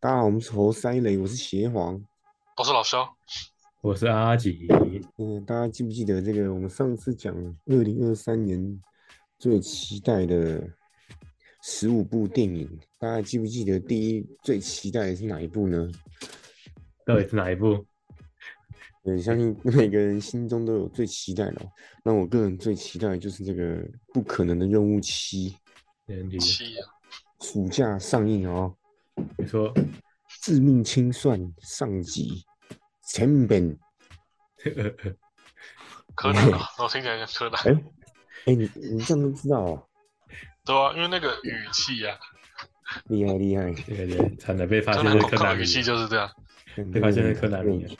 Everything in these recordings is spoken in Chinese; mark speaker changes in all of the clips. Speaker 1: 大家好，我们是活塞雷，我是邪皇。
Speaker 2: 我哦是老肖，
Speaker 3: 我是阿吉，
Speaker 1: 嗯，大家记不记得这个？我们上次讲二零二三年最期待的十五部电影，大家记不记得第一最期待的是哪一部呢？
Speaker 3: 到底是哪一部？
Speaker 1: 对，呃相信每个人心中都有最期待的哦、那我个人最期待的就是这个《不可能的任务七》，
Speaker 3: 天敌，
Speaker 2: 七呀，
Speaker 1: 暑假上映哦，
Speaker 3: 你说
Speaker 1: 《致命清算》上集，成本。
Speaker 2: 柯南啊，我听起来像柯南，
Speaker 1: 哎、哎、你你这样都知道哦，
Speaker 2: 对啊，因为那个语气呀，
Speaker 1: 厉害厉害。
Speaker 3: 这个人惨了，
Speaker 1: 啊
Speaker 3: 被发
Speaker 2: 柯
Speaker 3: 现
Speaker 2: 南
Speaker 3: 是
Speaker 2: 广
Speaker 3: 柯
Speaker 2: 告
Speaker 3: 南迷
Speaker 2: 语气就是这样。
Speaker 3: 被发现是柯南迷了。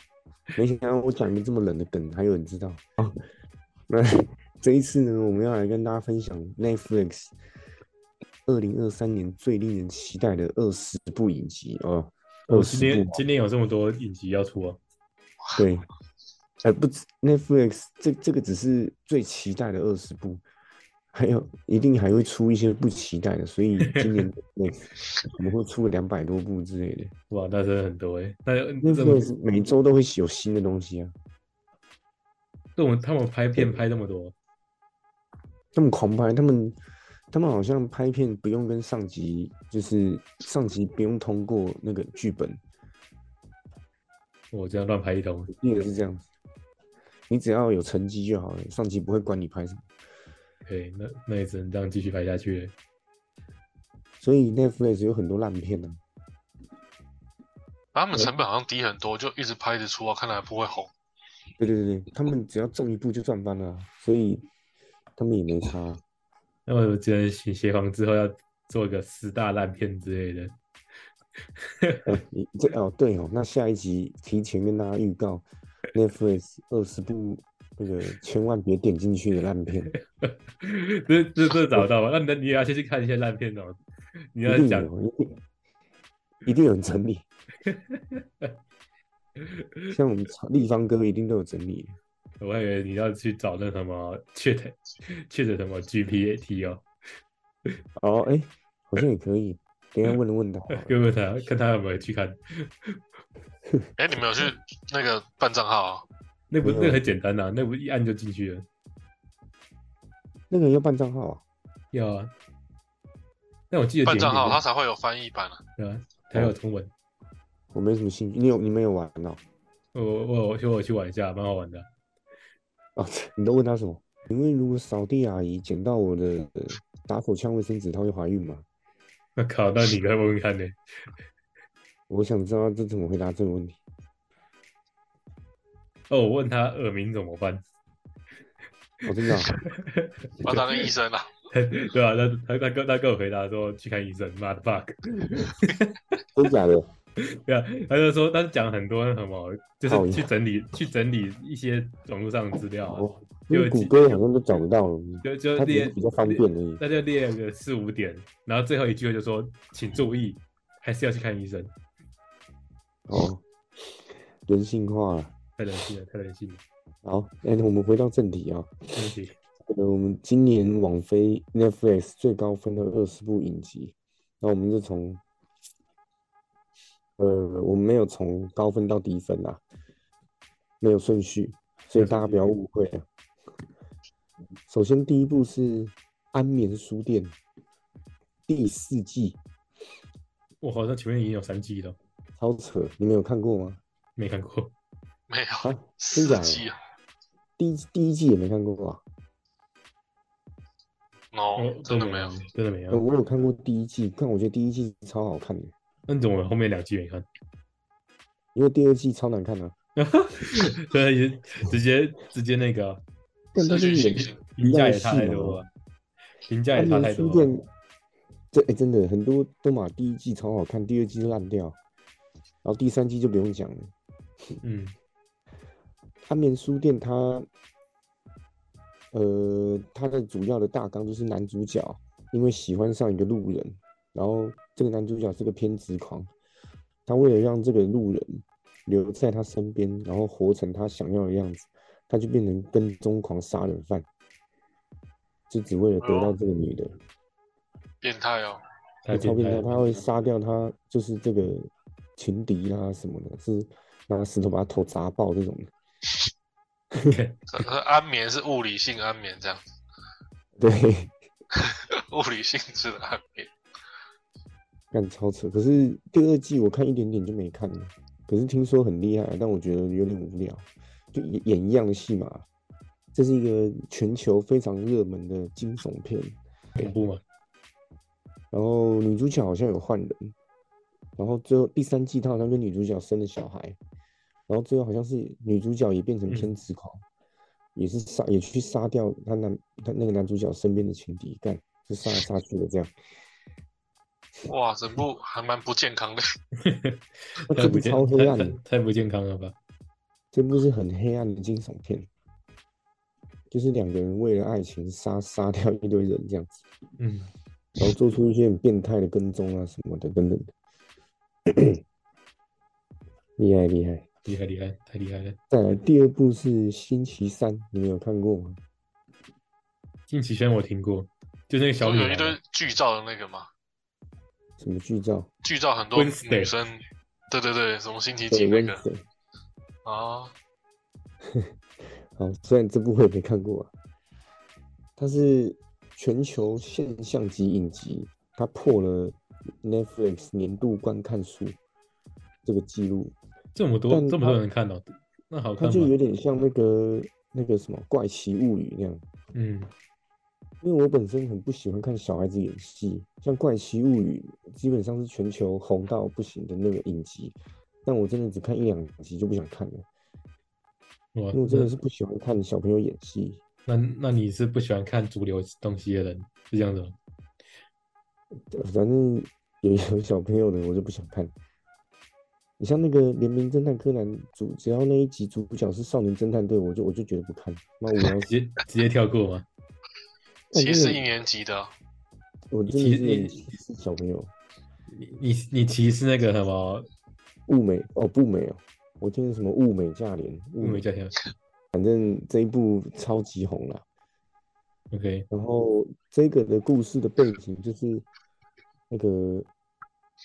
Speaker 1: 没想到我讲一个这么冷的梗，还有人知道啊。那这一次呢，我们要来跟大家分享 Netflix 二零二三年最令人期待的二十部影集哦，二
Speaker 3: 我今
Speaker 1: 十
Speaker 3: 天
Speaker 1: 部
Speaker 3: 今天有这么多影集要出哦，
Speaker 1: 对，还不止 Netflix 这这个只是最期待的二十部，还有一定还会出一些不期待的，所以今 年 Netflix 我们会出两百多部之类的。
Speaker 3: 哇，那真的很多哎。那这么
Speaker 1: Netflix 每周都会有新的东西啊，
Speaker 3: 这我他们拍片拍那么多，
Speaker 1: 他们狂拍，他们他们好像拍片不用跟上级，就是上级不用通过那个剧本，
Speaker 3: 我这样乱拍一通，
Speaker 1: 记得是这样子。你只要有成绩就好了，上级不会管你拍什么。
Speaker 3: 可以，那那也只能这样继续拍下去了。
Speaker 1: 所以 Netflix 有很多烂片啊，
Speaker 2: 然后他
Speaker 1: 嗯
Speaker 2: 们成本好像低很多，就一直拍一直出啊，看来不会红。
Speaker 1: 对对对对，他们只要中一部就赚翻了啊、所以他们也没差啊。
Speaker 3: 那我觉得协协防之后要做一个十大烂片之类的，
Speaker 1: 哎你这哦对哦，那下一集提前跟大家预告 Netflix 二十部那个千万别点进去的烂片。
Speaker 3: 这这这找得到吗？那那你也要先去看一些烂片哦，你要
Speaker 1: 一定
Speaker 3: 讲
Speaker 1: 有，一定一定有人整 理。像我们草立方哥一定都有整理，
Speaker 3: 我还以为你要去找那什么确诊确诊什么 GPT 哦，
Speaker 1: 哦，哎、好像也可以，等一下问了 问他好了。
Speaker 3: 问问他看他有没有去看。
Speaker 2: 哎，你们有去那个办账号啊？
Speaker 3: 那不
Speaker 1: 没有
Speaker 3: 那个很简单呐、啊那不一按就进去了。
Speaker 1: 那个要办账号啊，
Speaker 3: 要啊，那我记得
Speaker 2: 办
Speaker 3: 点
Speaker 2: 账
Speaker 3: 一点
Speaker 2: 号它才会有翻译版啊。
Speaker 3: 对啊，它有中文。
Speaker 1: 我没什么兴趣。你有你没有玩哦？
Speaker 3: 我我我去我去玩一下，蛮好玩的。
Speaker 1: 哦，你都问他什么？因为如果扫地阿姨捡到我的呃打火枪卫生纸，她会怀孕吗？
Speaker 3: 我靠，那你来问问看呢、
Speaker 1: 我想知道这怎么回答这个问题。
Speaker 3: 哦，我问他耳鸣怎么办？
Speaker 1: 我、真的啊、
Speaker 2: 我要当个医生啊，
Speaker 3: 对啊，他他他跟他跟我回答说去看医生，妈的 fuck。
Speaker 1: 真假的？
Speaker 3: 对啊，他就说他讲很多什么，就
Speaker 1: 讨厌
Speaker 3: 是去整理去整理一些网络上的资料、啊，
Speaker 1: 哦，因为
Speaker 3: 有几
Speaker 1: 谷歌好像都找不到了，
Speaker 3: 就就
Speaker 1: 它只
Speaker 3: 列
Speaker 1: 是比较方便而已。
Speaker 3: 那就列个四五点，然后最后一句就说，请注意，还是要去看医生。
Speaker 1: 哦，人性化啊了。
Speaker 3: 太人性了，太人性了，
Speaker 1: 好，哎、我们回到正题啊。
Speaker 3: 没问题。
Speaker 1: 呃，我们今年网飞 Netflix 最高分的二十部影集，那我们就从，呃，我们没有从高分到低分啦，没有顺序，所以大家不要误会啊。首先，第一部是《安眠书店》第四季，
Speaker 3: 我好像前面已经有三季了，
Speaker 1: 超扯，你们有看过吗？
Speaker 3: 没看过。
Speaker 2: 没有
Speaker 1: 啊，真假
Speaker 2: 四季
Speaker 1: 的？
Speaker 2: 啊
Speaker 1: 第一第一季也没看过啊？哦
Speaker 2: ？No，真的哦没有。，
Speaker 3: 真的没
Speaker 1: 呃
Speaker 3: 有。啊
Speaker 1: 我有看过第一季，但我觉得第一季超好看的，
Speaker 3: 那你怎么后面两季没看？
Speaker 1: 因为第二季超难看啊。
Speaker 3: 对，啊直接直接那个
Speaker 1: 但它
Speaker 2: 失
Speaker 1: 是
Speaker 2: 去
Speaker 1: 演
Speaker 2: 信心，
Speaker 3: 评价也差太
Speaker 1: 哦
Speaker 3: 多了，评价也差
Speaker 1: 安
Speaker 3: 太
Speaker 1: 眠书
Speaker 3: 多了。
Speaker 1: 店，这、诶真的很多都嘛，第一季超好看，第二季烂掉，然后第三季就不用讲了。
Speaker 3: 嗯，
Speaker 1: 安眠书店它，呃，它的主要的大纲就是男主角因为喜欢上一个路人，然后这个男主角是个偏执狂，他为了让这个路人留在他身边，然后活成他想要的样子，他就变成跟踪狂杀人犯，就只为了得到这个女的。
Speaker 2: 变态哦，
Speaker 3: 太
Speaker 1: 超
Speaker 3: 变
Speaker 1: 变
Speaker 3: 态
Speaker 1: 态，
Speaker 3: 了。
Speaker 1: 他会杀掉他，就是这个情敌啦、什么的，是拿石头把他头砸爆这种的。
Speaker 2: 可可安眠是物理性安眠，这样子
Speaker 1: 对，
Speaker 2: 物理性质的安眠。
Speaker 1: 干超扯。可是第二季我看一点点就没看了，可是听说很厉害，但我觉得有点无聊，就演演一样的戏码。这是一个全球非常热门的惊悚片，
Speaker 3: 恐怖吗？
Speaker 1: 然后女主角好像有换人，然后最后第三季她好像跟女主角生了小孩，然后最后好像是女主角也变成
Speaker 3: 嗯
Speaker 1: 偏执狂，也是杀也去杀掉她男她那个男主角身边的情敌，干就杀来杀去的这样。
Speaker 2: 哇，整部还蛮不健康的。
Speaker 1: 那
Speaker 3: 太
Speaker 1: 这
Speaker 3: 不
Speaker 1: 部
Speaker 3: 健
Speaker 1: 超黑
Speaker 3: 太
Speaker 1: 暗的
Speaker 3: 太，太不健康了吧？
Speaker 1: 这部是很黑暗的惊悚片，就是两个人为了爱情杀杀掉一堆人这样子，
Speaker 3: 嗯，
Speaker 1: 然后做出一些很变态的跟踪啊什么的等等的， 厉害厉害。
Speaker 3: 厉害厉害，太厉害了！
Speaker 1: 再来呃第二部是《星期三》，你们有看过吗？
Speaker 3: 金奇轩我听过，就那个小
Speaker 2: 不
Speaker 3: 女
Speaker 2: 是
Speaker 1: 啊
Speaker 2: 有
Speaker 3: 孩
Speaker 2: 一堆
Speaker 3: 嘛，
Speaker 2: 剧照的那个嘛，
Speaker 1: 什么剧照？
Speaker 2: 剧照很多
Speaker 3: Wednesday
Speaker 2: 女生，对对对，什么星期几
Speaker 1: 对，
Speaker 2: 那
Speaker 1: 温
Speaker 2: 个
Speaker 1: 水。
Speaker 2: 啊？
Speaker 1: 好，虽然这部我也没看过、啊，它是全球现象级影集，它破了 Netflix 年度观看数这个记录。
Speaker 3: 这么多
Speaker 1: 但
Speaker 3: 这么多人看哦，那好
Speaker 1: 它
Speaker 3: 看
Speaker 1: 就有
Speaker 3: 吗？
Speaker 1: 点像那个那个什么《怪奇物语》那样，
Speaker 3: 嗯，
Speaker 1: 因为我本身很不喜欢看小孩子演戏，像《怪奇物语》基本上是全球红到不行的那个影集，但我真的只看一两集就不想看了，
Speaker 3: 哇
Speaker 1: 因为我，真的是不喜欢看小朋友演戏。
Speaker 3: 那那那你是不喜欢看主流东西的人，是这样子吗？
Speaker 1: 对反正有有小朋友的我就不想看。你像那个《联名侦探柯南》主，只要那一集主角是少年侦探队，我就我就觉得不看。那 我要
Speaker 3: 直接直接跳过吗？
Speaker 1: 但
Speaker 2: 其
Speaker 1: 真
Speaker 2: 实
Speaker 1: 的
Speaker 2: 一年级的
Speaker 1: 我真
Speaker 3: 其
Speaker 1: 的
Speaker 3: 实
Speaker 1: 是
Speaker 3: 也
Speaker 1: 有点歧视小朋友。
Speaker 3: 你你你歧视那个什么
Speaker 2: 嗯
Speaker 1: 物美哦，不美哦，我听什么物美价廉，物
Speaker 3: 物美价廉
Speaker 1: 反正这一部超级红了。
Speaker 3: ？OK，
Speaker 1: 然后这个的故事的背景就是那个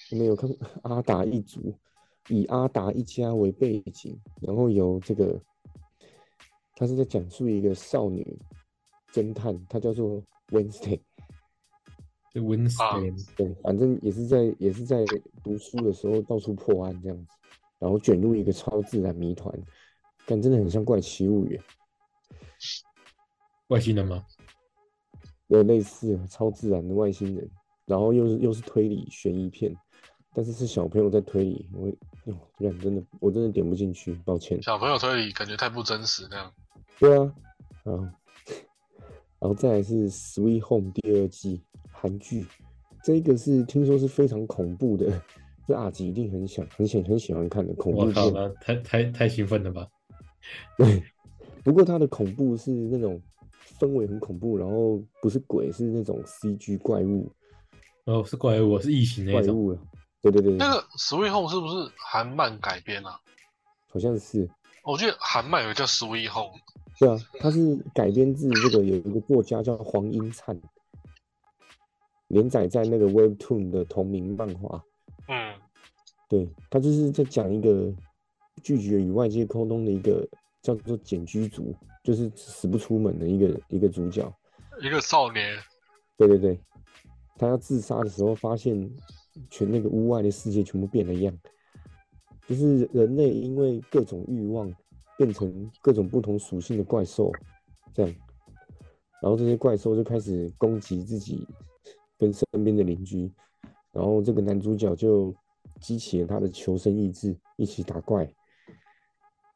Speaker 1: 你们有看过 阿达一族，以阿达一家为背景，然后由这个他是在讲述一个少女侦探，她叫做 Wednesday，
Speaker 3: 就 Wednesday，
Speaker 2: 啊
Speaker 1: 对，反正也是在也是在读书的时候到处破案这样子，然后卷入一个超自然谜团，但真的很像《怪奇物语》，
Speaker 3: 外星人吗？
Speaker 1: 有类似超自然的外星人，然后又是又是推理悬疑片，但是是小朋友在推理，我哟，这样真的我真的点不进去，抱歉。
Speaker 2: 小朋友推理感觉太不真实那样。
Speaker 1: 对啊，然后然后再来是《Sweet Home》第二季韩剧，这个是听说是非常恐怖的，这阿吉一定很想很想很喜欢看的恐怖
Speaker 3: 我靠，
Speaker 1: 片。
Speaker 3: 那太太太兴奋了吧？
Speaker 1: 对，不过它的恐怖是那种氛围很恐怖，然后不是鬼，是那种 CG 怪物
Speaker 3: 哦，是怪物，我是异形那
Speaker 1: 怪
Speaker 3: 一种，
Speaker 1: 物啊。对对对，
Speaker 2: 那个《Sweet Home》是不是韩漫改编啊？
Speaker 1: 好像是。
Speaker 2: 我记得韩漫有个叫《Sweet Home》，
Speaker 1: 对啊，它是改编自这个有一个作家叫黄英灿，连载在那个 Webtoon 的同名漫画。
Speaker 2: 嗯，
Speaker 1: 对，他就是在讲一个拒绝与外界沟通的一个叫做简居族，就是死不出门的一个一个主角。
Speaker 2: 一个少年，
Speaker 1: 对对对，他要自杀的时候，发现全那个屋外的世界全部变了样，就是人类因为各种欲望变成各种不同属性的怪兽，这样，然后这些怪兽就开始攻击自己跟身边的邻居，然后这个男主角就激起了他的求生意志，一起打怪。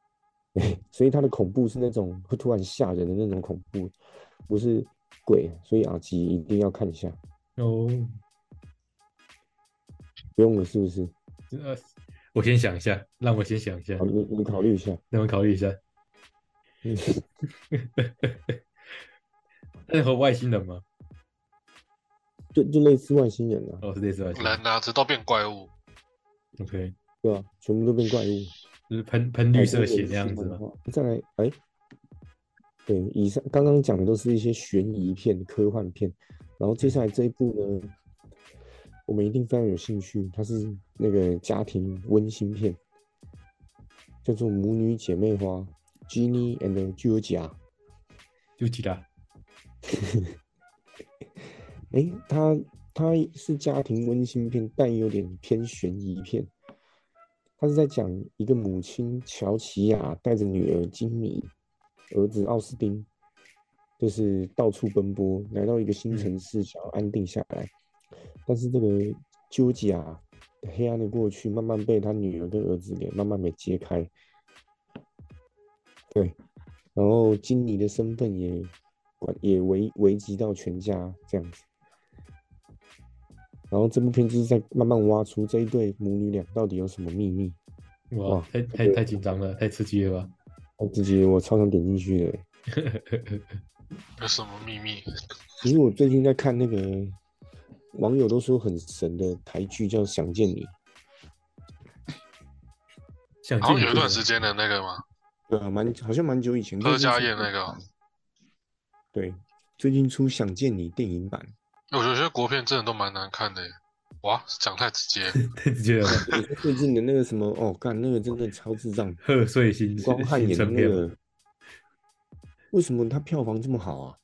Speaker 1: 所以他的恐怖是那种会突然吓人的那种恐怖，不是鬼，所以阿吉一定要看一下。
Speaker 3: 哦，
Speaker 1: 不用了，是不是？
Speaker 3: 呃，我先想一下，让我先想一下，
Speaker 1: 好，你你考虑一下。
Speaker 3: 让我考虑一下。
Speaker 1: 嗯
Speaker 3: 任何外星人吗？
Speaker 1: 就就类似外星人啊，
Speaker 3: 哦，是类似外星人。
Speaker 2: 人啊，直到变怪物。
Speaker 3: OK，
Speaker 1: 对吧、全部都变怪物，
Speaker 3: 就是喷喷绿色血那样
Speaker 2: 哦
Speaker 3: 子吗？
Speaker 1: 嘛。再来，哎、对，以上刚刚讲的都是一些悬疑片、科幻片，然后接下来这一部呢，我们一定非常有兴趣，它是那个家庭温馨片，叫做《母女姐妹花》（Genie and Georgia）。
Speaker 3: 就吉他，
Speaker 1: 诶，它它是家庭温馨片，但有点偏悬疑片。它是在讲一个母亲乔琪亚带着女儿金妮、儿子奥斯汀，就是到处奔波，来到一个新城市，想要安定下来。但是这个纠结啊，黑暗的过去慢慢被他女儿跟儿子脸慢慢给揭开。对，然后经理的身份也管也危危及到全家这样子。然后这部片就是在慢慢挖出这一对母女俩到底有什么秘密。
Speaker 3: 哇
Speaker 1: 哇，
Speaker 3: 太太太紧张了，太刺激了吧？
Speaker 1: 我自己哦我超想点进去的欸。
Speaker 2: 有什么秘密？
Speaker 1: 其实我最近在看那个网友都说很神的台剧叫《想见你》，
Speaker 3: 想
Speaker 2: 好
Speaker 3: 进
Speaker 2: 像有一段
Speaker 3: 去
Speaker 2: 时间的那个嘛，
Speaker 1: 对啊，蛮好像蛮久以前。
Speaker 2: 柯
Speaker 1: 最近
Speaker 2: 佳
Speaker 1: 出
Speaker 2: 燕
Speaker 1: 电
Speaker 2: 那
Speaker 1: 影
Speaker 2: 个哦
Speaker 1: 版。对，最近出《想见你》电影版，
Speaker 2: 哎我觉得国片真的都蛮难看的耶。哇，讲太 直接了，
Speaker 3: 太直接了吧，
Speaker 1: 也是最近的那个什么，哦，干那个真的超智障，
Speaker 3: 贺岁新
Speaker 1: 光汉
Speaker 3: 新
Speaker 1: 演的
Speaker 3: 春
Speaker 1: 那
Speaker 3: 片
Speaker 1: 个，为什么他票房这么好啊？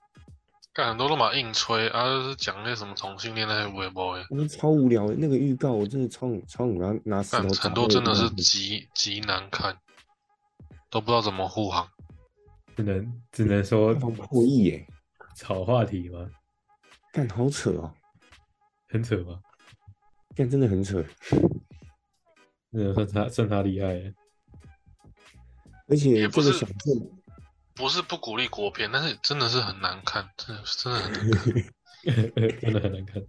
Speaker 2: 看很多都蛮硬吹啊，就是讲那些什么同性恋那些微博哎，
Speaker 1: 我们超无聊的，那个预告我真的超超想拿拿石
Speaker 2: 但
Speaker 1: 头砸
Speaker 2: 很多真的
Speaker 1: 那个
Speaker 2: 是
Speaker 1: 荧幕
Speaker 2: 极极难看，都不知道怎么护航。
Speaker 3: 只能只能说
Speaker 1: 票房破亿耶，
Speaker 3: 炒话题嘛，
Speaker 1: 干好扯哦，
Speaker 3: 很扯嘛，
Speaker 1: 干真的很扯，
Speaker 3: 只能算他算他厉害了。
Speaker 1: 而且
Speaker 2: 也不
Speaker 1: 这个
Speaker 2: 是
Speaker 1: 想见
Speaker 2: 不是不鼓励国片，但是真的是很难看，真的真的很难看。
Speaker 3: 真的很难看。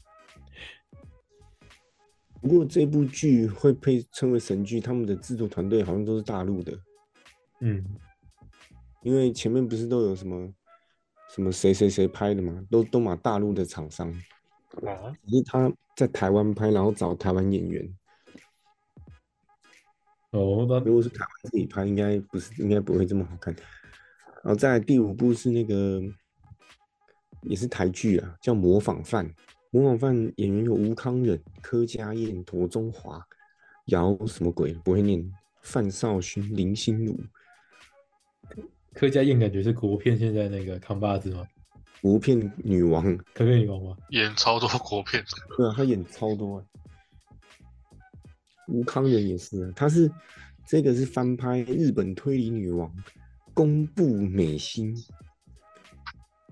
Speaker 1: 不过这部剧会被称为神剧，他们的制作团队好像都是大陆的，
Speaker 3: 嗯，
Speaker 1: 因为前面不是都有什么什么谁谁谁拍的嘛，都都嘛大陆的厂商，
Speaker 2: 哦，
Speaker 1: 只是他在台湾拍，然后找台湾演员。
Speaker 3: 哦，那
Speaker 1: 如果是台湾自己拍，应该不是，应该不会这么好看。然后再来第五部是那个也是台剧啊，叫《模仿犯》。模仿犯演员有吴康仁、柯佳燕、陀中华、姚什么鬼不会念，范少勋、林心如。
Speaker 3: 柯佳燕感觉是国片现在那个扛把子嘛，
Speaker 1: 无片女王，
Speaker 3: 可变女王嘛，
Speaker 2: 演超多国片，
Speaker 1: 对啊，她演超多、欸。吴康仁也是、啊，她是这个是翻拍日本推理女王宫部美心，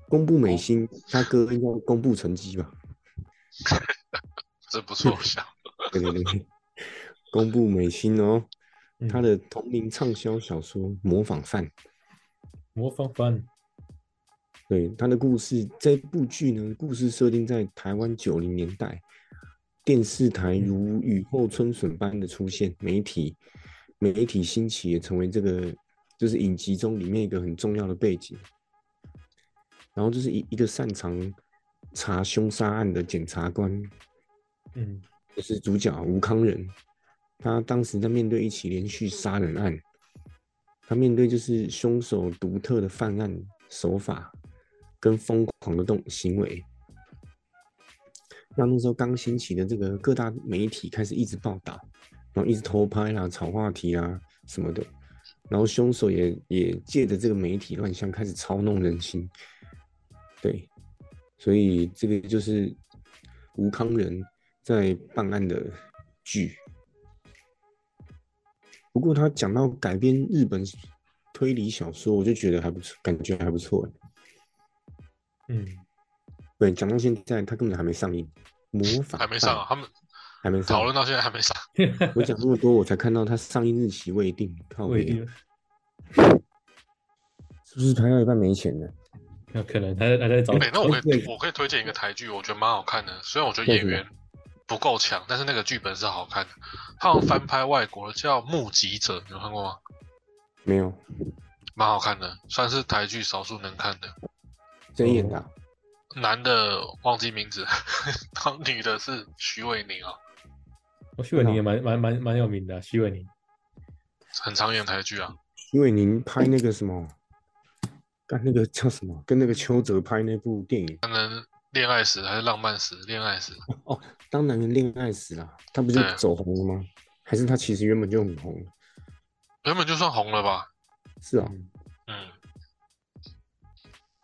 Speaker 1: 宫部美心，她哥应该公布成绩吧？
Speaker 2: 这不 错，我想。
Speaker 1: 对对对对，宫部美心哦，
Speaker 3: 嗯
Speaker 1: 她的同名畅销小说《模仿犯》。
Speaker 3: 模仿犯
Speaker 1: 对，他的故事，这部剧呢，故事设定在台湾九零年代，电视台如雨后春笋般的出现，媒体媒体兴起也成为这个就是影集中里面一个很重要的背景。然后就是一一个擅长查凶杀案的检察官，
Speaker 3: 嗯，
Speaker 1: 就是主角吴康仁，他当时在面对一起连续杀人案，他面对就是凶手独特的犯案手法跟疯狂的动行为。那那时候刚兴起的这个各大媒体开始一直报道，然后一直偷拍啦、炒话题啊什么的，然后凶手也也借着这个媒体乱象开始操弄人心，对，所以这个就是吴康仁在办案的剧。不过他讲到改编日本推理小说，我就觉得还不错，感觉还不错欸。
Speaker 3: 嗯，
Speaker 1: 对，讲到现在，他根本还没上映，模仿
Speaker 2: 还没
Speaker 1: 犯
Speaker 2: 上啊，他们
Speaker 1: 还没
Speaker 2: 讨
Speaker 1: 上。
Speaker 2: 论到现在还没上。
Speaker 1: 我讲那么多，我才看到他上映日期未定，靠
Speaker 3: 我
Speaker 1: 北
Speaker 3: 也定，
Speaker 1: 是不是拍到一半没钱了？
Speaker 3: 那可能他在他在找
Speaker 2: 哎、那我可以
Speaker 1: 对
Speaker 2: 我可以推荐一个台剧，我觉得蛮好看的。虽然我觉得演员不够强，但是那个剧本是好看的。他好像翻拍外国的叫《目击者》，你有看过吗？
Speaker 1: 没有，
Speaker 2: 蛮好看的，算是台剧少数能看的。
Speaker 1: 谁演的啊、
Speaker 2: 男的忘记名字， 然后女的是徐伟宁哦，
Speaker 3: 哦徐伟宁也蛮蛮蛮蛮有名的啊，徐伟宁
Speaker 2: 很常演台剧啊。
Speaker 1: 因为您拍那个什么，干那个叫什么，跟那个邱泽拍那部电影，
Speaker 2: 恋爱时还是浪漫时？恋爱时，
Speaker 1: 当男人恋爱时啦，他不就
Speaker 2: 对
Speaker 1: 走红了吗？还是他其实原本就很红？
Speaker 2: 原本就算红了吧？
Speaker 1: 是啊，
Speaker 2: 嗯，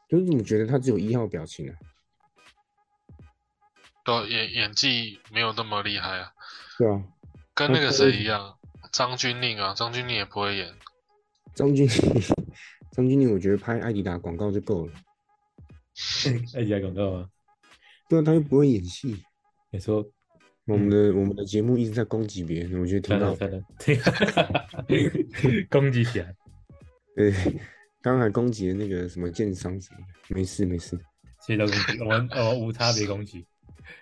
Speaker 1: 就是你觉得他只有一号表情啊？
Speaker 2: 对啊、演演技没有那么厉害啊，
Speaker 1: 对啊，
Speaker 2: 跟那个
Speaker 1: 我觉得
Speaker 2: 谁一样，张钧甯啊，张钧甯也不会演。
Speaker 1: 张钧甯，张钧甯，我觉得拍艾迪达广告就够了。
Speaker 3: 艾迪达广告啊，
Speaker 1: 对啊，他又不会演戏。
Speaker 3: 你说
Speaker 1: 我们的、我们的节目一直在攻击别人，我觉得
Speaker 3: 算
Speaker 1: 挺
Speaker 3: 了
Speaker 1: 好。
Speaker 3: 算了， 攻击起来，
Speaker 1: 对， 刚刚还攻击了那个什么建商什么的，没事没事。
Speaker 3: 谁都攻击，我们呃无差别攻击，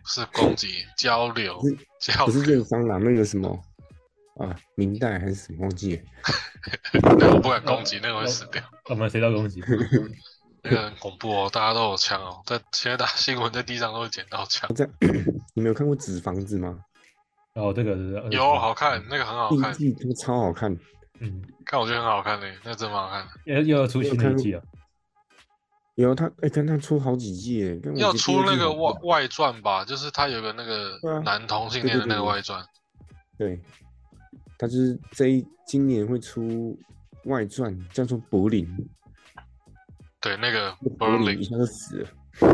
Speaker 2: 是 攻击、交流
Speaker 1: 不是、
Speaker 2: 交
Speaker 1: 不是
Speaker 2: 流
Speaker 1: 建。商啦，那个什么啊，明代还是什么忘记了。
Speaker 2: 那个哎我不敢攻
Speaker 1: 哦
Speaker 2: 击，那个会死掉，
Speaker 3: 我们谁都攻 击，
Speaker 2: 那个很恐怖哦。大家都有枪哦，在现在打新闻在地上都会捡到枪。
Speaker 1: 你没有看过《纸房子》吗？
Speaker 3: 然哦后这个是
Speaker 2: 有好看，，那个很好
Speaker 1: 第一
Speaker 2: 看，
Speaker 1: 季真的超好看，
Speaker 3: 嗯，
Speaker 2: 看我觉得很好看嘞，那真蛮好看的。
Speaker 3: 又又要出新的一季了，
Speaker 1: 有他哎，看他出好几季耶，跟我觉
Speaker 2: 要
Speaker 1: 得
Speaker 2: 出
Speaker 1: 第二
Speaker 2: 那
Speaker 1: 季
Speaker 2: 个
Speaker 1: 很
Speaker 2: 外
Speaker 1: 棒
Speaker 2: 外传吧，就是他有个那个
Speaker 1: 对啊
Speaker 2: 男同性
Speaker 1: 对对
Speaker 2: 恋的那
Speaker 1: 对
Speaker 2: 个
Speaker 1: 对
Speaker 2: 外传，
Speaker 1: 对，他就是这一今年会出外传，叫做《柏林》，
Speaker 2: 对那个
Speaker 1: 柏林一
Speaker 2: Berlin
Speaker 1: 下就死了。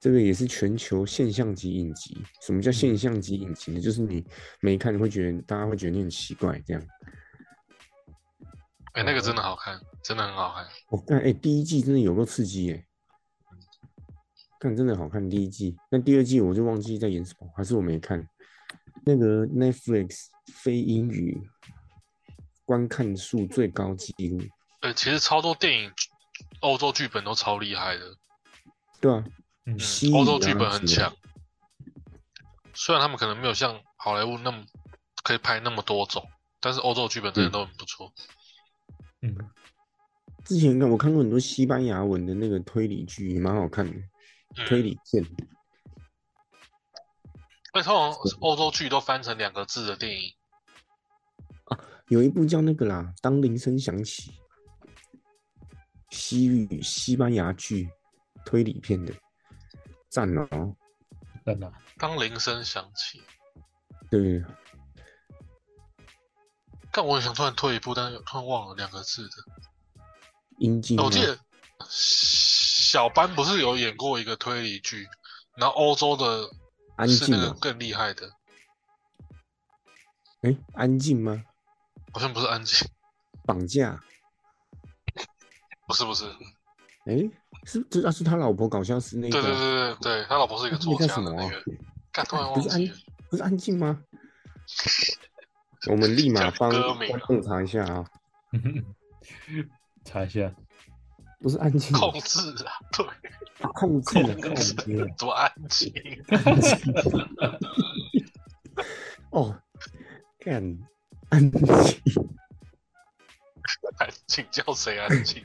Speaker 1: 这个也是全球现象级影集。什么叫现象级影集呢？就是你没看，你会觉得大家会觉得你很奇怪这样。
Speaker 2: 哎、那个真的好看，真的很好看。
Speaker 1: 我看哎，第一季真的有够刺激耶、看真的好看第一季，那第二季我就忘记在演什么，还是我没看。那个 Netflix 非英语观看数最高纪录，
Speaker 2: 呃，其实超多电影欧洲剧本都超厉害的，
Speaker 1: 对啊，
Speaker 3: 嗯，
Speaker 1: 吸
Speaker 2: 嗯，欧
Speaker 1: 引
Speaker 2: 洲
Speaker 1: 啊
Speaker 2: 剧本很
Speaker 1: 什么的
Speaker 2: 强，虽然他们可能没有像好莱坞那么可以拍那么多种，但是欧洲剧本真的
Speaker 1: 嗯
Speaker 2: 都很不错。
Speaker 3: 嗯，
Speaker 1: 之前看我看过很多西班牙文的那个推理剧，也蛮好看的，推
Speaker 2: 嗯，
Speaker 1: 理片。
Speaker 2: 那通常欧洲剧都翻成两个字的电影，
Speaker 1: 有一部叫那个啦，《当铃声响起》，西语西班牙剧推理片的，赞哦！
Speaker 3: 真的，
Speaker 2: 当铃声响起。
Speaker 1: 对，
Speaker 2: 但我很想突然退一步，但是突然忘了两个字的。
Speaker 1: 阴茎、啊。
Speaker 2: 我记得小班不是有演过一个推理剧，然后欧洲的
Speaker 1: 安
Speaker 2: 是
Speaker 1: 静
Speaker 2: 那个
Speaker 1: 啊，
Speaker 2: 更厉害的，
Speaker 1: 哎、安静吗？
Speaker 2: 好像不是安静，
Speaker 1: 绑架？
Speaker 2: 不是不是，
Speaker 1: 哎、是这啊是他老婆搞笑是那个
Speaker 2: 对
Speaker 1: 啊，
Speaker 2: 对对对对，他老婆是一个作
Speaker 1: 那叫
Speaker 2: 家
Speaker 1: 什
Speaker 2: 的
Speaker 1: 么
Speaker 2: 那
Speaker 1: 啊、
Speaker 2: 个，干突然
Speaker 1: 不
Speaker 2: 忘
Speaker 1: 是安
Speaker 2: 记了。
Speaker 1: 不是安静吗？我们立马
Speaker 2: 讲
Speaker 1: 帮
Speaker 2: 歌名啊
Speaker 1: 观众查一下啊，
Speaker 3: 查一下，
Speaker 1: 不是安静，
Speaker 2: 控制啊， 对，
Speaker 1: 控制啊，
Speaker 2: 控制
Speaker 1: 靠背啊
Speaker 2: 多安静。
Speaker 1: 哦，干安静。
Speaker 2: 安静叫谁 安静？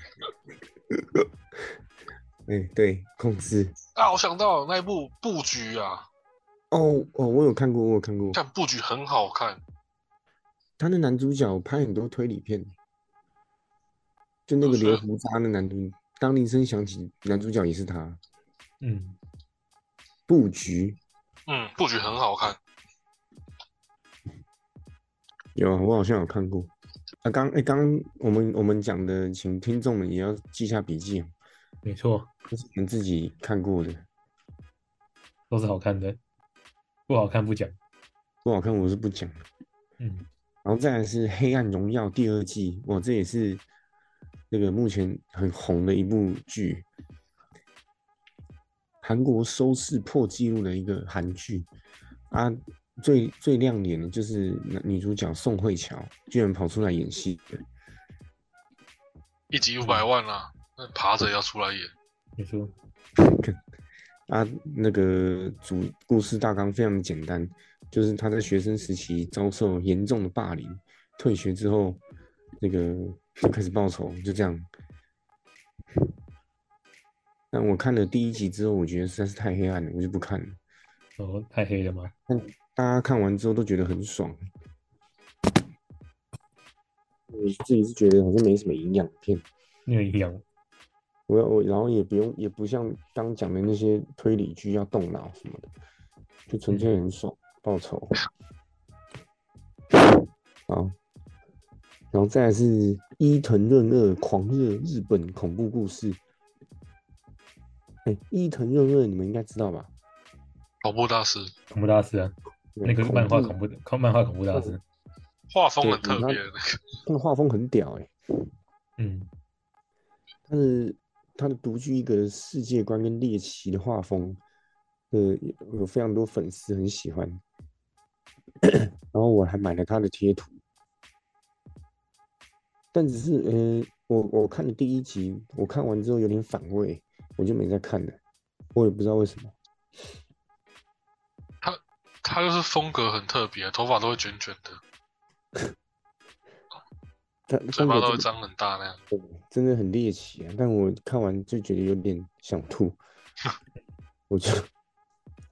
Speaker 1: 哎、对，控制。
Speaker 2: 啊，我想到了那一部《布局》啊，
Speaker 1: 哦哦，我有看过，我有看过。
Speaker 2: 看《布局》很好看，
Speaker 1: 他那男主角拍很多推理片，就那个
Speaker 2: 是
Speaker 1: 留胡渣的男主，当铃声响起，男主角也是他。
Speaker 3: 嗯，
Speaker 1: 布局
Speaker 2: 嗯，《布局》很好看，
Speaker 1: 有，啊我好像有看过。啊，刚哎，刚刚我们我们讲的，请听众们也要记下笔记哦，
Speaker 3: 没错，
Speaker 1: 这是你们自己看过的。
Speaker 3: 都是好看的，不好看不讲，
Speaker 1: 不好看我是不讲了。
Speaker 3: 嗯，
Speaker 1: 然后再来是《黑暗荣耀》第二季，哇，这也是那个目前很红的一部剧，韩国收视破纪录的一个韩剧啊。最最亮眼的就是男女主角宋慧乔，居然跑出来演戏了，
Speaker 2: 一集五百万啦、那爬着也要出来演。
Speaker 3: 没错，
Speaker 1: 啊，那个主故事大纲非常简单，就是他在学生时期遭受严重的霸凌，退学之后，那个就开始报仇，就这样。但我看了第一集之后，我觉得实在是太黑暗了，我就不看了。
Speaker 3: 哦，太黑了嘛，
Speaker 1: 大家看完之后都觉得很爽，我自己是觉得好像没什么营养的片，
Speaker 3: 那个营养，
Speaker 1: 我要我，然后也不用，也不像刚讲的那些推理剧要动脑什么的，就纯
Speaker 3: 嗯
Speaker 1: 粹很爽，报仇。好，然后再来是伊藤润二狂热日本恐怖故事。哎、伊藤润二你们应该知道吧？
Speaker 2: 恐怖大师
Speaker 3: 恐怖大师啊，
Speaker 1: 对
Speaker 3: 那个漫画
Speaker 1: 怖
Speaker 3: 恐怖的，恐漫画恐怖大师，
Speaker 2: 画风很
Speaker 1: 对
Speaker 2: 特
Speaker 1: 你看
Speaker 2: 别，
Speaker 1: 他的画风很屌哎、
Speaker 3: 嗯，
Speaker 1: 他的他的独具一格的世界观跟猎奇的画风，呃，有有非常多粉丝很喜欢。然后我还买了他的贴图，但只是呃，我我看了第一集，我看完之后有点反胃，我就没再看了，我也不知道为什么。
Speaker 2: 他就是风格很特别，头发都会卷卷的，
Speaker 1: 他
Speaker 2: 嘴
Speaker 1: 他
Speaker 2: 巴都会张很大那样。
Speaker 1: 对真的很猎奇啊！但我看完就觉得有点想吐， 我就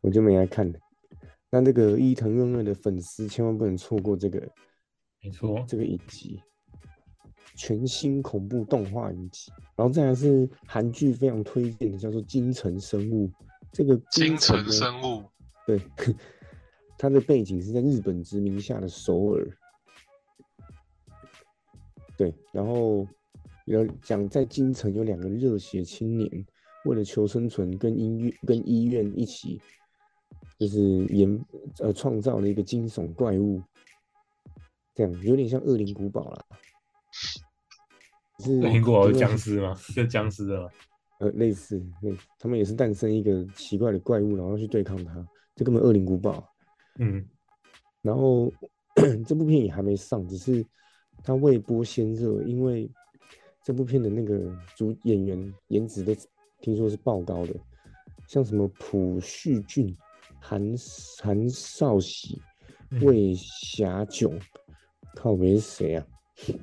Speaker 1: 我就没来看了。那这个伊藤润二的粉丝千万不能错过这个
Speaker 3: 没错，
Speaker 1: 这个影集，全新恐怖动画影集。然后再来是韩剧非常推荐的，叫做《京城生物》。这个
Speaker 2: 京城
Speaker 1: 呢
Speaker 2: 生物，
Speaker 1: 对，它的背景是在日本殖民下的首尔。对，然后有讲在京城有两个热血青年，为了求生存，跟医院跟医院一起，就是研呃创造了一个惊悚怪物，这样有点像《恶灵古堡》啦。是
Speaker 3: 苹
Speaker 1: 因
Speaker 3: 果是
Speaker 1: 为
Speaker 3: 僵尸吗？是僵尸的吗？
Speaker 1: 呃，类似，类似，他们也是诞生一个奇怪的怪物，然后去对抗它，这根本恶灵古堡。
Speaker 3: 嗯，
Speaker 1: 然后 这部片也还没上，只是它未播先热，因为这部片的那个主演员颜值都听说是爆高的，像什么朴叙俊、韩韩少喜、
Speaker 3: 嗯
Speaker 1: 魏霞炯，靠别是谁啊？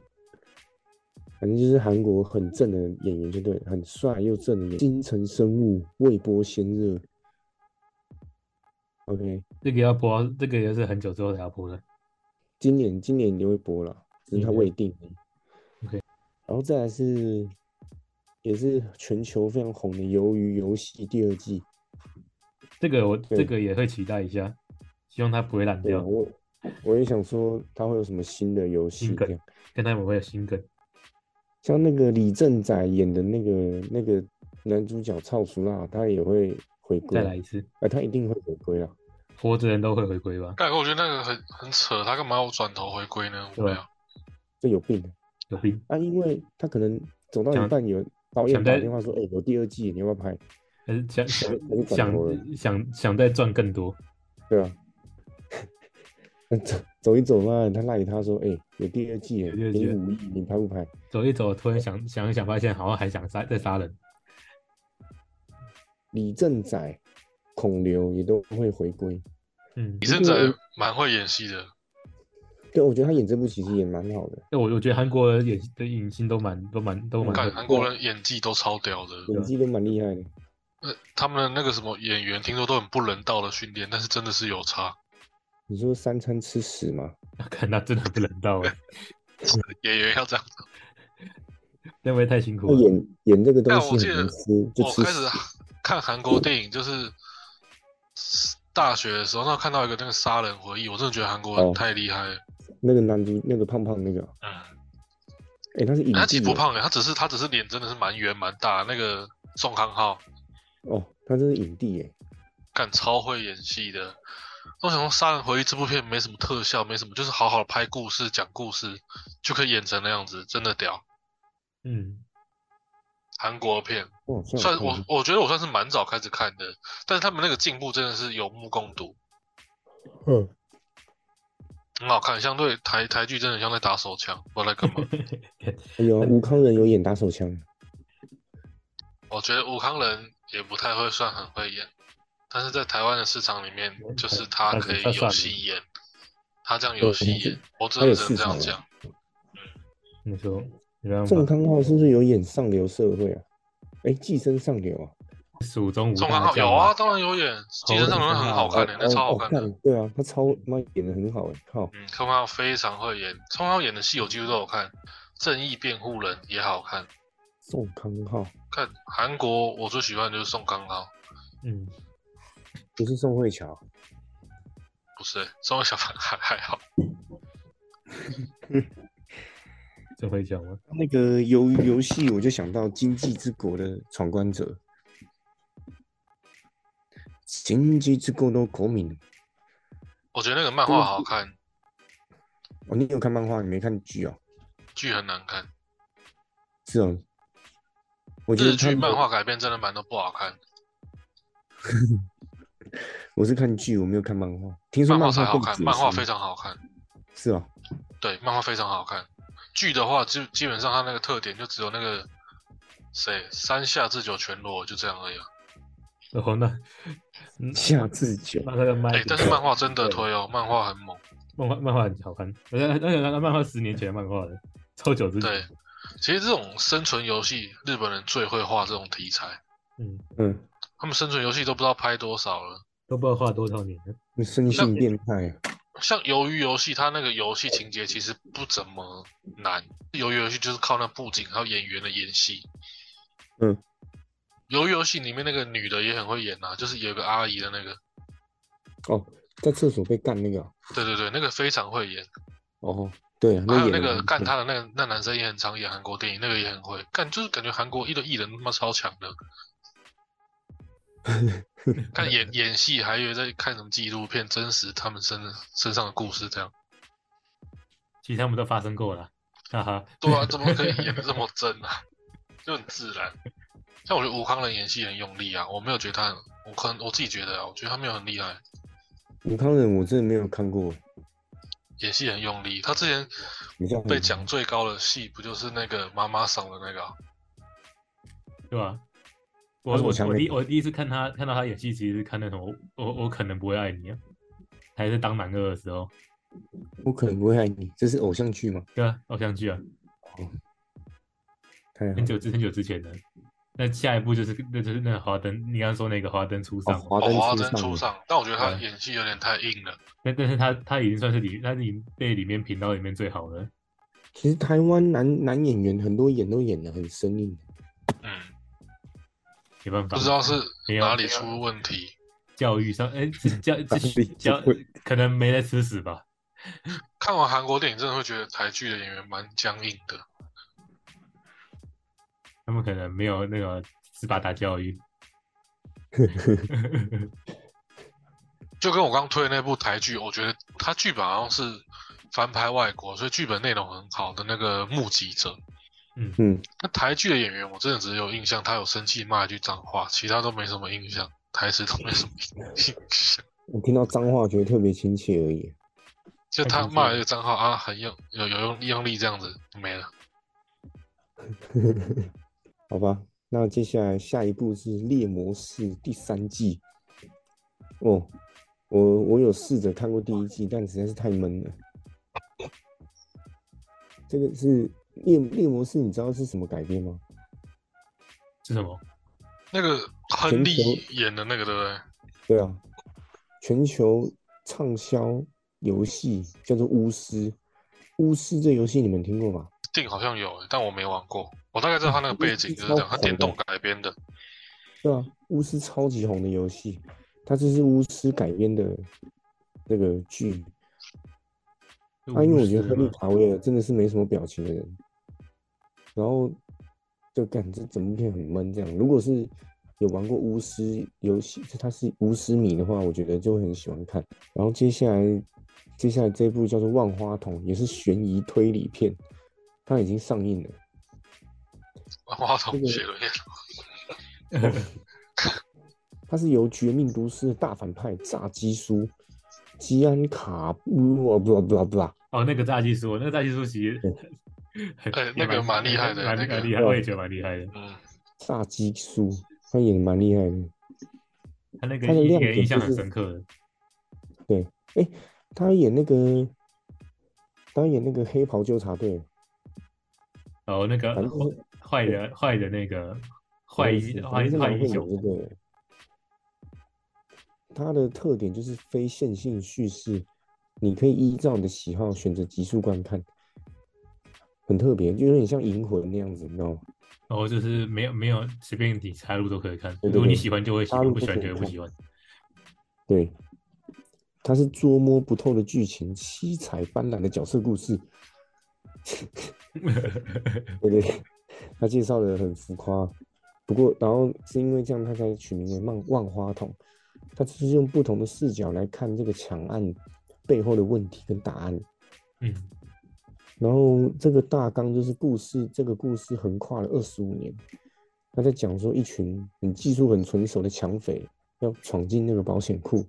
Speaker 1: 反正就是韩国很正的演员，就对了，很帅又正的演员。京城生物未播先热，OK，
Speaker 3: 这个要播，这个也是很久之后才要播的。
Speaker 1: 今年今年一定会播了，只是它
Speaker 3: 嗯
Speaker 1: 未定而已。
Speaker 3: OK
Speaker 1: 然后再来是，也是全球非常红的《鱿鱼游戏》第二季。
Speaker 3: 这个我
Speaker 1: 对
Speaker 3: 这个也会期待一下，希望它不会烂
Speaker 1: 对
Speaker 3: 掉
Speaker 1: 啊，，我我也想说它会有什么新的游戏
Speaker 3: 新
Speaker 1: 这
Speaker 3: 梗
Speaker 1: 样，
Speaker 3: 看他有没有新梗。
Speaker 1: 像那个李正宰演的那个那个男主角超熟辣，他也会回归
Speaker 3: 再，来一次，
Speaker 1: 呃，他一定会回归啦。
Speaker 3: 活着人都会回归吧？
Speaker 2: 但我觉得那个很很扯，他干嘛要转头回归呢？无
Speaker 3: 对啊
Speaker 2: 聊。
Speaker 1: 这有病
Speaker 3: 有病，
Speaker 1: 啊！因为他可能走到
Speaker 3: 想
Speaker 1: 一半有导演
Speaker 3: 想
Speaker 1: 打
Speaker 3: 在
Speaker 1: 电话说：“哎、我第二季你要不要拍
Speaker 3: 还是想 想
Speaker 1: 还是转头了
Speaker 3: 想想想再赚更多，？”
Speaker 1: 对啊，走 走一走嘛，他赖他说：“哎、有第二季耶，
Speaker 3: 有第二
Speaker 1: 给
Speaker 3: 季
Speaker 1: 你
Speaker 3: 了
Speaker 1: 五亿，你拍不拍
Speaker 3: 走一走，突然想想一想，发现好像还想杀再杀人。？”
Speaker 1: 李正宰、孔刘也都会回归。
Speaker 3: 嗯
Speaker 2: 李，正
Speaker 1: 不
Speaker 2: 宰
Speaker 1: 过我
Speaker 2: 蛮会演戏的，
Speaker 1: 对，我觉得他演这部其实也蛮好的，
Speaker 3: 那我我觉得韩国的演的影星都蛮都蛮都蛮
Speaker 2: 看
Speaker 1: 干
Speaker 2: 韩国人演技都超屌的。
Speaker 3: 啊
Speaker 1: 演技都蛮厉害的。
Speaker 2: 呃，他们的那个什么演员，听说都很不人道的训练，但是真的是有差，
Speaker 1: 你说三餐吃屎吗？
Speaker 3: 看那真的不人道哎，
Speaker 2: 演员要这样。
Speaker 3: 那会不会太辛苦
Speaker 1: 那
Speaker 3: 了？
Speaker 1: 演演这个东
Speaker 2: 但我
Speaker 1: 西
Speaker 2: 记
Speaker 1: 很
Speaker 2: 得
Speaker 1: 难吃，就
Speaker 2: 我
Speaker 1: 吃
Speaker 2: 哦开始
Speaker 1: 屎。
Speaker 2: 看韩国电影，就是大学的时候，那看到一个那个杀人回忆，我真的觉得韩国人
Speaker 1: 哦
Speaker 2: 太厉害了。
Speaker 1: 那个男主那个胖胖那个，
Speaker 2: 嗯，
Speaker 1: 哎、他是影
Speaker 2: 他其
Speaker 1: 帝
Speaker 2: 实不
Speaker 1: 耶
Speaker 2: 胖的，欸他只是他只是脸真的是蛮圆蛮大。那个宋康昊
Speaker 1: 哦，他真是影帝耶。
Speaker 2: 干超会演戏的。我想说，《杀人回忆》这部片没什么特效，没什么，就是好好拍故事、讲故事，就可以演成那样子，真的屌。
Speaker 3: 嗯，
Speaker 2: 韩国片
Speaker 1: 我好像有
Speaker 2: 算
Speaker 1: 看
Speaker 2: 我，我觉得我算是蛮早开始看的，但是他们那个进步真的是有目共睹，
Speaker 1: 过嗯，
Speaker 2: 很好看。相对台台剧，真的像在打手枪，不知道在干嘛。
Speaker 1: 哎呦，吴康仁有演打手枪，
Speaker 2: 我觉得武康人也不太会算很会演，但是在台湾的市场里面，就是他
Speaker 3: 他
Speaker 2: 可以
Speaker 3: 他算
Speaker 2: 有
Speaker 3: 了
Speaker 2: 戏演，他这样有
Speaker 1: 对
Speaker 2: 戏
Speaker 1: 他是
Speaker 2: 演，我真
Speaker 1: 他有
Speaker 2: 的只
Speaker 1: 市
Speaker 2: 能这
Speaker 1: 场
Speaker 2: 样
Speaker 1: 啊
Speaker 2: 讲。
Speaker 3: 你说没办
Speaker 1: 宋
Speaker 3: 法，
Speaker 1: 康昊是不是有演《上流社会》啊？哎，《寄生上流》啊，
Speaker 3: 蜀中无
Speaker 2: 宋康
Speaker 3: 大
Speaker 2: 昊
Speaker 3: 将
Speaker 2: 有啊，，当然有演《寄生上流》
Speaker 3: 哦
Speaker 2: 那很好看的、那
Speaker 1: 哦
Speaker 2: 超好
Speaker 1: 哦
Speaker 2: 看的。
Speaker 1: 干对啊，他超妈演的很好哎，靠，
Speaker 2: 嗯，宋康昊非常会演，宋康昊演的戏我几乎都有看，《正义辩护人》也好看，
Speaker 1: 宋康昊，
Speaker 2: 看韩国，我最喜欢的就是宋康昊，
Speaker 3: 嗯，
Speaker 1: 不是宋慧乔，
Speaker 2: 不是、欸，宋小凡还还好。
Speaker 3: 这会讲吗？
Speaker 1: 那个由于游戏，我就想到《经济之国》的闯关者。经济之国的国民，
Speaker 2: 我觉得那个漫画好看，
Speaker 1: 哦，你有看漫画，你没看剧哦？
Speaker 2: 剧很难看，
Speaker 1: 是哦。我觉得
Speaker 2: 日剧、
Speaker 1: 看
Speaker 2: 漫画改编真人版都不好看，
Speaker 1: 我是看剧，我没有看漫画。听说
Speaker 2: 漫
Speaker 1: 漫
Speaker 2: 才好
Speaker 1: 更
Speaker 2: 看，
Speaker 1: 写
Speaker 2: 漫画
Speaker 1: 实
Speaker 2: 非常好看。
Speaker 1: 是哦，
Speaker 2: 对，漫画非常好看。剧的话，基基本上它那个特点就只有那个谁山下智久全裸就这样而已、啊。
Speaker 3: 然后呢，嗯
Speaker 1: 夏志久，
Speaker 3: 漫画要卖
Speaker 2: 哎、
Speaker 3: 一点，
Speaker 2: 但是漫画真的推哦，漫画很猛。
Speaker 3: 漫画漫画很好看，而且而且那漫画十年前的漫画了，超久之前。
Speaker 2: 对，其实这种生存游戏，日本人最会画这种题材，
Speaker 3: 嗯，
Speaker 1: 嗯，
Speaker 2: 他们生存游戏都不知道拍多少了。
Speaker 3: 都不知道画多少年了。
Speaker 1: 你生性变态啊！
Speaker 2: 像鱿鱼游戏，它那个游戏情节其实不怎么难。鱿鱼游戏就是靠那布景还有演员的演戏。
Speaker 1: 嗯，
Speaker 2: 鱿鱼游戏里面那个女的也很会演啊，就是有个阿姨的那个，
Speaker 1: 哦，在厕所被干那个啊
Speaker 2: 对对对，那个非常会演。
Speaker 1: 哦，对啊，
Speaker 2: 还有
Speaker 1: 演
Speaker 2: 那
Speaker 1: 得
Speaker 2: 个
Speaker 1: 很
Speaker 2: 干
Speaker 1: 像
Speaker 2: 他的那个那男生也很常演韩国电影，那个也很会干，就是感觉韩国一的艺人他妈超强 的。看演演戏，还以为在看什么纪录片，真实他们身身上的故事这样。
Speaker 3: 其实他们都发生过了，哈哈。
Speaker 2: 对啊，怎么可以演的这么真啊？就很自然。像我觉得吴康仁演戏很用力啊，我没有觉得他很，我可能我自己觉得啊，我觉得他没有很厉害，
Speaker 1: 武康人，我真的没有看过。
Speaker 2: 演戏很用力。他之前
Speaker 1: 你这样
Speaker 2: 被讲最高的戏不就是那个妈妈桑的那个啊、
Speaker 3: 对吧、我
Speaker 1: 但是
Speaker 3: 我
Speaker 1: 我想
Speaker 3: 我
Speaker 1: 那
Speaker 3: 第
Speaker 1: 个
Speaker 3: 我第一次看他看到他演戏，其实是看那什么，我我可能不会爱你啊，还是当男二的时候，
Speaker 1: 我可能不会爱你，这是偶像剧吗？
Speaker 3: 对啊，偶像剧啊，
Speaker 1: 太好
Speaker 3: 很久之很久之前的。那下一步就是那就是那个华灯，你刚刚说那个华灯初上
Speaker 1: 了，
Speaker 3: 嘛，
Speaker 1: 华
Speaker 2: 哦，华
Speaker 1: 灯
Speaker 2: 灯初
Speaker 1: 初上了，啊
Speaker 2: 上，但我觉得他
Speaker 3: 对
Speaker 2: 演戏有点太硬了。
Speaker 3: 那但是他他已经算是里他已经被里面频道里面最好的，
Speaker 1: 其实台湾男男演员很多演都演的很生硬，
Speaker 2: 嗯，
Speaker 3: 没办法，
Speaker 2: 不知道是
Speaker 3: 没有
Speaker 2: 哪里
Speaker 3: 没有
Speaker 2: 出问题。
Speaker 3: 教育上，哎，是教
Speaker 1: 哪
Speaker 3: 是
Speaker 1: 里
Speaker 3: 教
Speaker 1: 会
Speaker 3: 可能没在吃屎吧，
Speaker 2: 看完韩国电影，真的会觉得台剧的演员蛮僵硬的。
Speaker 3: 他们可能没有那个斯巴达教育，
Speaker 2: 就跟我刚推的那部台剧，我觉得它剧本好像是翻拍外国，所以剧本内容很好的那个《目击者》。
Speaker 3: 嗯
Speaker 1: 嗯，
Speaker 2: 那台剧的演员，我真的只有印象他有生气骂一句脏话，其他都没什么印象，台词都没什么印象。
Speaker 1: 我听到脏话觉得特别亲切而已。
Speaker 2: 就他骂了一个脏话啊，很用有有用用力这样子没了。
Speaker 1: 好吧，那接下来下一步是《猎魔士》第三季。哦，我我有试着看过第一季，但实在是太闷了。这个是《猎猎魔士》，你知道是什么改编吗？
Speaker 3: 是什么？
Speaker 2: 那个亨利
Speaker 1: 全球
Speaker 2: 演的那个，对不对？
Speaker 1: 对啊，全球畅销游戏叫做《巫师》。巫师这游戏你们听过吗？
Speaker 2: 定好像有，但我没玩过。我大概知道他那个背景就是这样，他电动改编的。
Speaker 1: 对啊，巫师超级红的游戏，它这是巫师改编的那个剧。啊，因为我觉得
Speaker 3: 是
Speaker 1: 亨利
Speaker 3: 吗
Speaker 1: 卡维尔真的是没什么表情的人，然后就感这整部片很闷这样。如果是有玩过巫师游戏，就他是巫师迷的话，我觉得就会很喜欢看。然后接下来，接下来这部叫做《万花筒》，也是悬疑推理片，它已经上映了。
Speaker 2: 花筒
Speaker 1: 这个
Speaker 2: 写的片，
Speaker 1: 它是由《绝命毒师》的大反派炸鸡叔吉安卡布，不不不不，
Speaker 3: 哦，那个炸鸡叔，那个炸鸡叔其实 很
Speaker 2: 哎
Speaker 3: 也
Speaker 2: 那个蛮厉害的
Speaker 3: 蛮
Speaker 2: 那个
Speaker 3: 蛮厉害，我也觉得蛮厉害的。
Speaker 2: 嗯，
Speaker 1: 炸鸡叔，他演的蛮厉害的。
Speaker 3: 他那个
Speaker 1: 他的
Speaker 3: 一
Speaker 1: 亮
Speaker 3: 点
Speaker 1: 点
Speaker 3: 印象
Speaker 1: 就
Speaker 3: 很
Speaker 1: 是
Speaker 3: 深刻的，
Speaker 1: 他演那个，他演那个黑袍纠察队，
Speaker 3: 然哦后那个
Speaker 1: 反正就是
Speaker 3: 坏的坏的那个坏英
Speaker 1: 反
Speaker 3: 坏
Speaker 1: 正是
Speaker 3: 坏
Speaker 1: 蛮会
Speaker 3: 英
Speaker 1: 演
Speaker 3: 雄，
Speaker 1: 这个。他的特点就是非线性叙事，你可以依照你的喜好选择集数观看，很特别，就有点像《银魂》那样子，你知道吗？
Speaker 3: 然后哦就是没有没有随便你插入都可以看，
Speaker 1: 对对
Speaker 3: 如果你
Speaker 1: 对
Speaker 3: 喜欢就会喜
Speaker 1: 插
Speaker 3: 欢，
Speaker 1: 入
Speaker 3: 不
Speaker 1: 都
Speaker 3: 喜欢
Speaker 1: 可以
Speaker 3: 就会不
Speaker 1: 看
Speaker 3: 喜欢。
Speaker 1: 对，它是捉摸不透的剧情，七彩斑斓的角色故事。 对对，对他介绍的很浮夸，不过然后是因为这样，他才取名为万万花筒。他就是用不同的视角来看这个抢案背后的问题跟答案。
Speaker 3: 嗯，
Speaker 1: 然后这个大纲就是故事，这个故事横跨了二十五年。他在讲说一群很技术很纯熟的抢匪要闯进那个保险库，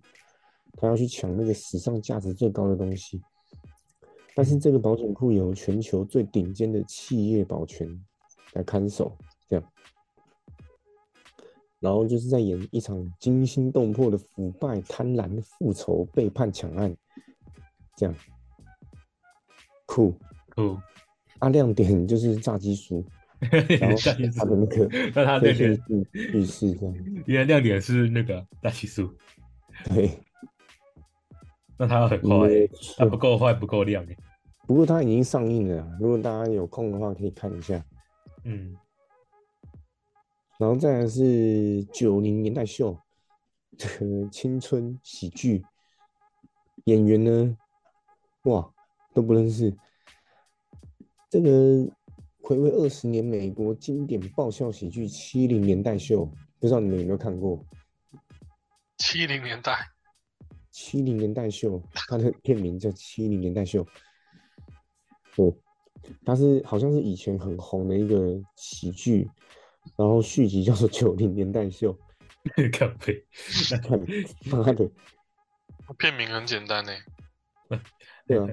Speaker 1: 他要去抢那个史上价值最高的东西。但是这个保险库由全球最顶尖的企业保全来看守，这样。然后就是在演一场惊心动魄的腐败、贪婪、复仇、背叛、抢案，这样。酷，
Speaker 3: 酷。
Speaker 1: 啊，亮点就是炸鸡叔， 然后
Speaker 3: 大提
Speaker 1: 他的那
Speaker 3: 速，
Speaker 1: 个
Speaker 3: 那他
Speaker 1: 飞
Speaker 3: 亮
Speaker 1: 天
Speaker 3: 点，
Speaker 1: 浴浴室这样，
Speaker 3: 原来亮点是那个大提速，
Speaker 1: 对，
Speaker 3: 那他很
Speaker 1: 因
Speaker 3: 快欸，
Speaker 1: 为
Speaker 3: 他不够快，不够亮欸
Speaker 1: 不过它已经上映了啊，如果大家有空的话可以看一下。
Speaker 3: 嗯，
Speaker 1: 然后再来是九零年代秀，这个青春喜剧，演员呢，哇，都不认识。这个回味二十年美国经典爆笑喜剧七零年代秀，不知道你们有没有看过？
Speaker 2: 七零年代
Speaker 1: 七零年代秀，它的片名叫七零年代秀。对，它是好像是以前很红的一个喜剧，然后续集叫做九零年代秀。
Speaker 3: 靠背，
Speaker 1: 看，妈的，
Speaker 2: 片名很简单呢、
Speaker 1: 对啊，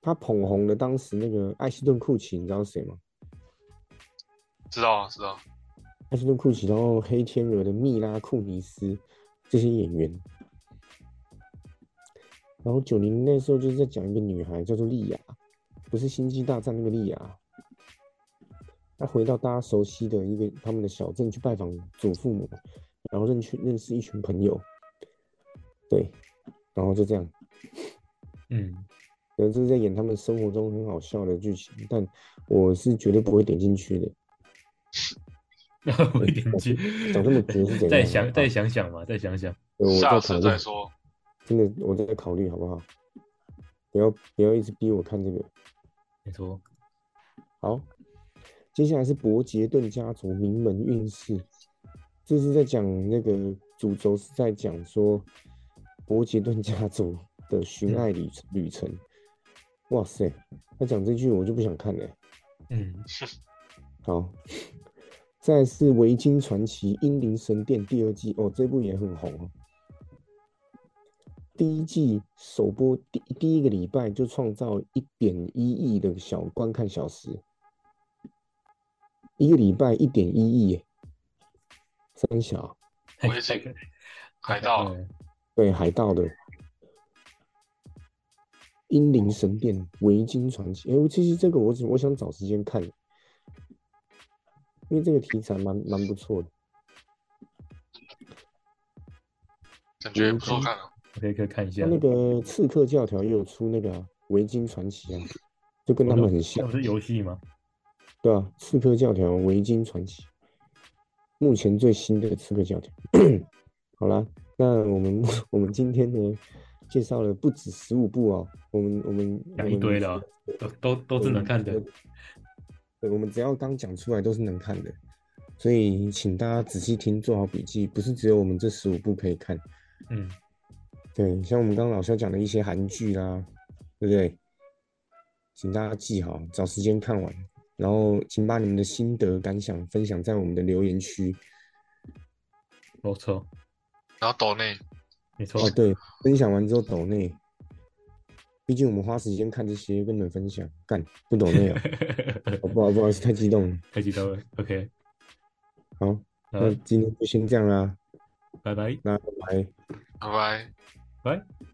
Speaker 1: 他捧红了当时那个艾希顿库奇，你知道是谁吗？
Speaker 2: 知道啊，知道。
Speaker 1: 艾希顿库奇，然后黑天鹅的密拉库尼斯这些演员。然后九零那时候就是在讲一个女孩叫做莉亚，不是星际大战那个莉亚。她回到大家熟悉的一个他们的小镇去拜访祖父母，然后认去认识一群朋友，对，然后就这样。
Speaker 3: 嗯，
Speaker 1: 可能这是在演他们生活中很好笑的剧情，但我是绝对不会点进去的。
Speaker 3: 然后我一点去
Speaker 1: 讲这么绝是 怎
Speaker 3: 再
Speaker 1: 样
Speaker 3: 想
Speaker 1: 啊
Speaker 3: 再想想嘛，再想想，
Speaker 1: 呃我在
Speaker 2: 下
Speaker 1: 考
Speaker 2: 次
Speaker 1: 虑，
Speaker 2: 再说。
Speaker 1: 真的我在考虑好不好？不要不要一直逼我看这个。
Speaker 3: 没错，
Speaker 1: 好，接下来是伯杰顿家族名门运势，这是在讲那个主轴是在讲说伯杰顿家族的寻爱旅程旅程。哇塞，他讲这句我就不想看了欸、
Speaker 3: 嗯，
Speaker 1: 好，再来是《维京传奇：英灵神殿》第二季哦，这部也很红哦。第一季首播第第一个礼拜就创造一点一亿的小观看小时，一个礼拜一点一亿耶，三小
Speaker 2: 我已经海盗
Speaker 3: 嗯
Speaker 1: 对海盗的《英灵神殿》《维京传奇》哎，其实这个我只我想找时间看，因为这个题材蛮蛮不错的。
Speaker 2: 感觉也不错看啊。
Speaker 3: 我可以可以看一下
Speaker 1: 他那个刺客教条也有出那个、啊《维京传奇》啊，就跟他们很
Speaker 3: 哦那
Speaker 1: 像
Speaker 3: 不，是游戏吗？
Speaker 1: 对啊，《刺客教条》《维京传奇》，目前最新的《刺客教条》 好啦，那我们我们今天呢，介绍了不止十五部哦，我们我们
Speaker 3: 讲
Speaker 1: 我
Speaker 3: 一
Speaker 1: 们
Speaker 3: 堆了啊都都都是能看的，
Speaker 1: 对，我们只要刚讲出来都是能看的，所以请大家仔细听，做好笔记，不是只有我们这十五部可以看。
Speaker 3: 嗯，
Speaker 1: 对，像我们刚刚老师讲的一些韩剧啦，对不对？请大家记好，找时间看完，然后请把你们的心得感想分享在我们的留言区
Speaker 3: 没错，
Speaker 2: 然后抖内
Speaker 3: 没错，
Speaker 1: 哦。，对，分享完之后抖内，毕竟我们花时间看这些，跟你们分享，干不抖内啊 哦不好不好意思，太激动了。
Speaker 3: 太激动了，OK，
Speaker 1: 好，
Speaker 3: 好
Speaker 1: 那今天就先这样啦，
Speaker 3: 拜拜。
Speaker 1: 那拜拜。
Speaker 2: 拜拜。